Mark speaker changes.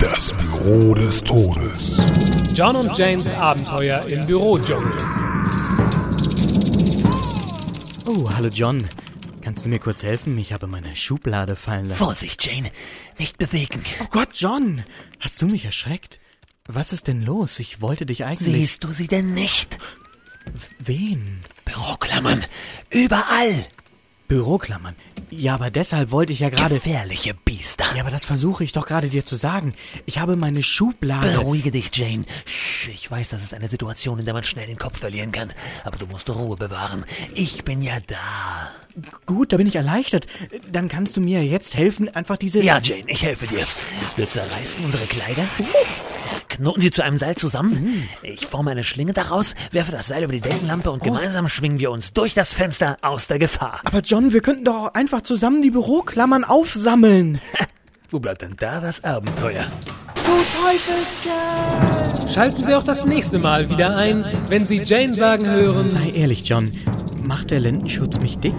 Speaker 1: Das Büro des Todes.
Speaker 2: John und Janes Abenteuer im Bürodschungel.
Speaker 3: Oh, hallo John. Kannst du mir kurz helfen? Ich habe meine Schublade fallen lassen.
Speaker 4: Vorsicht, Jane. Nicht bewegen.
Speaker 3: Oh Gott, John! Hast du mich erschreckt? Was ist denn los? Ich wollte dich eigentlich.
Speaker 4: Siehst du sie denn nicht?
Speaker 3: Wen?
Speaker 4: Büroklammern. Überall.
Speaker 3: Büroklammern. Ja, aber deshalb wollte ich ja gerade.
Speaker 4: Gefährliche Biester.
Speaker 3: Ja, aber das versuche ich doch gerade dir zu sagen. Ich habe meine Schublade.
Speaker 4: Beruhige dich, Jane. Sch, ich weiß, das ist eine Situation, in der man schnell den Kopf verlieren kann. Aber du musst Ruhe bewahren. Ich bin ja da.
Speaker 3: Gut, da bin ich erleichtert. Dann kannst du mir jetzt helfen, einfach diese.
Speaker 4: Ja, Jane, ich helfe dir. Wir zerreißen unsere Kleider, knoten sie zu einem Seil zusammen. Ich forme eine Schlinge daraus, werfe das Seil über die Deckenlampe und gemeinsam schwingen wir uns durch das Fenster aus der Gefahr.
Speaker 3: Aber John, wir könnten doch auch einfach zusammen die Büroklammern aufsammeln.
Speaker 4: Wo bleibt denn da das Abenteuer?
Speaker 2: Schalten Sie auch das nächste Mal wieder ein, wenn Sie Jane sagen hören.
Speaker 3: Sei ehrlich, John. Macht der Lendenschutz mich dick?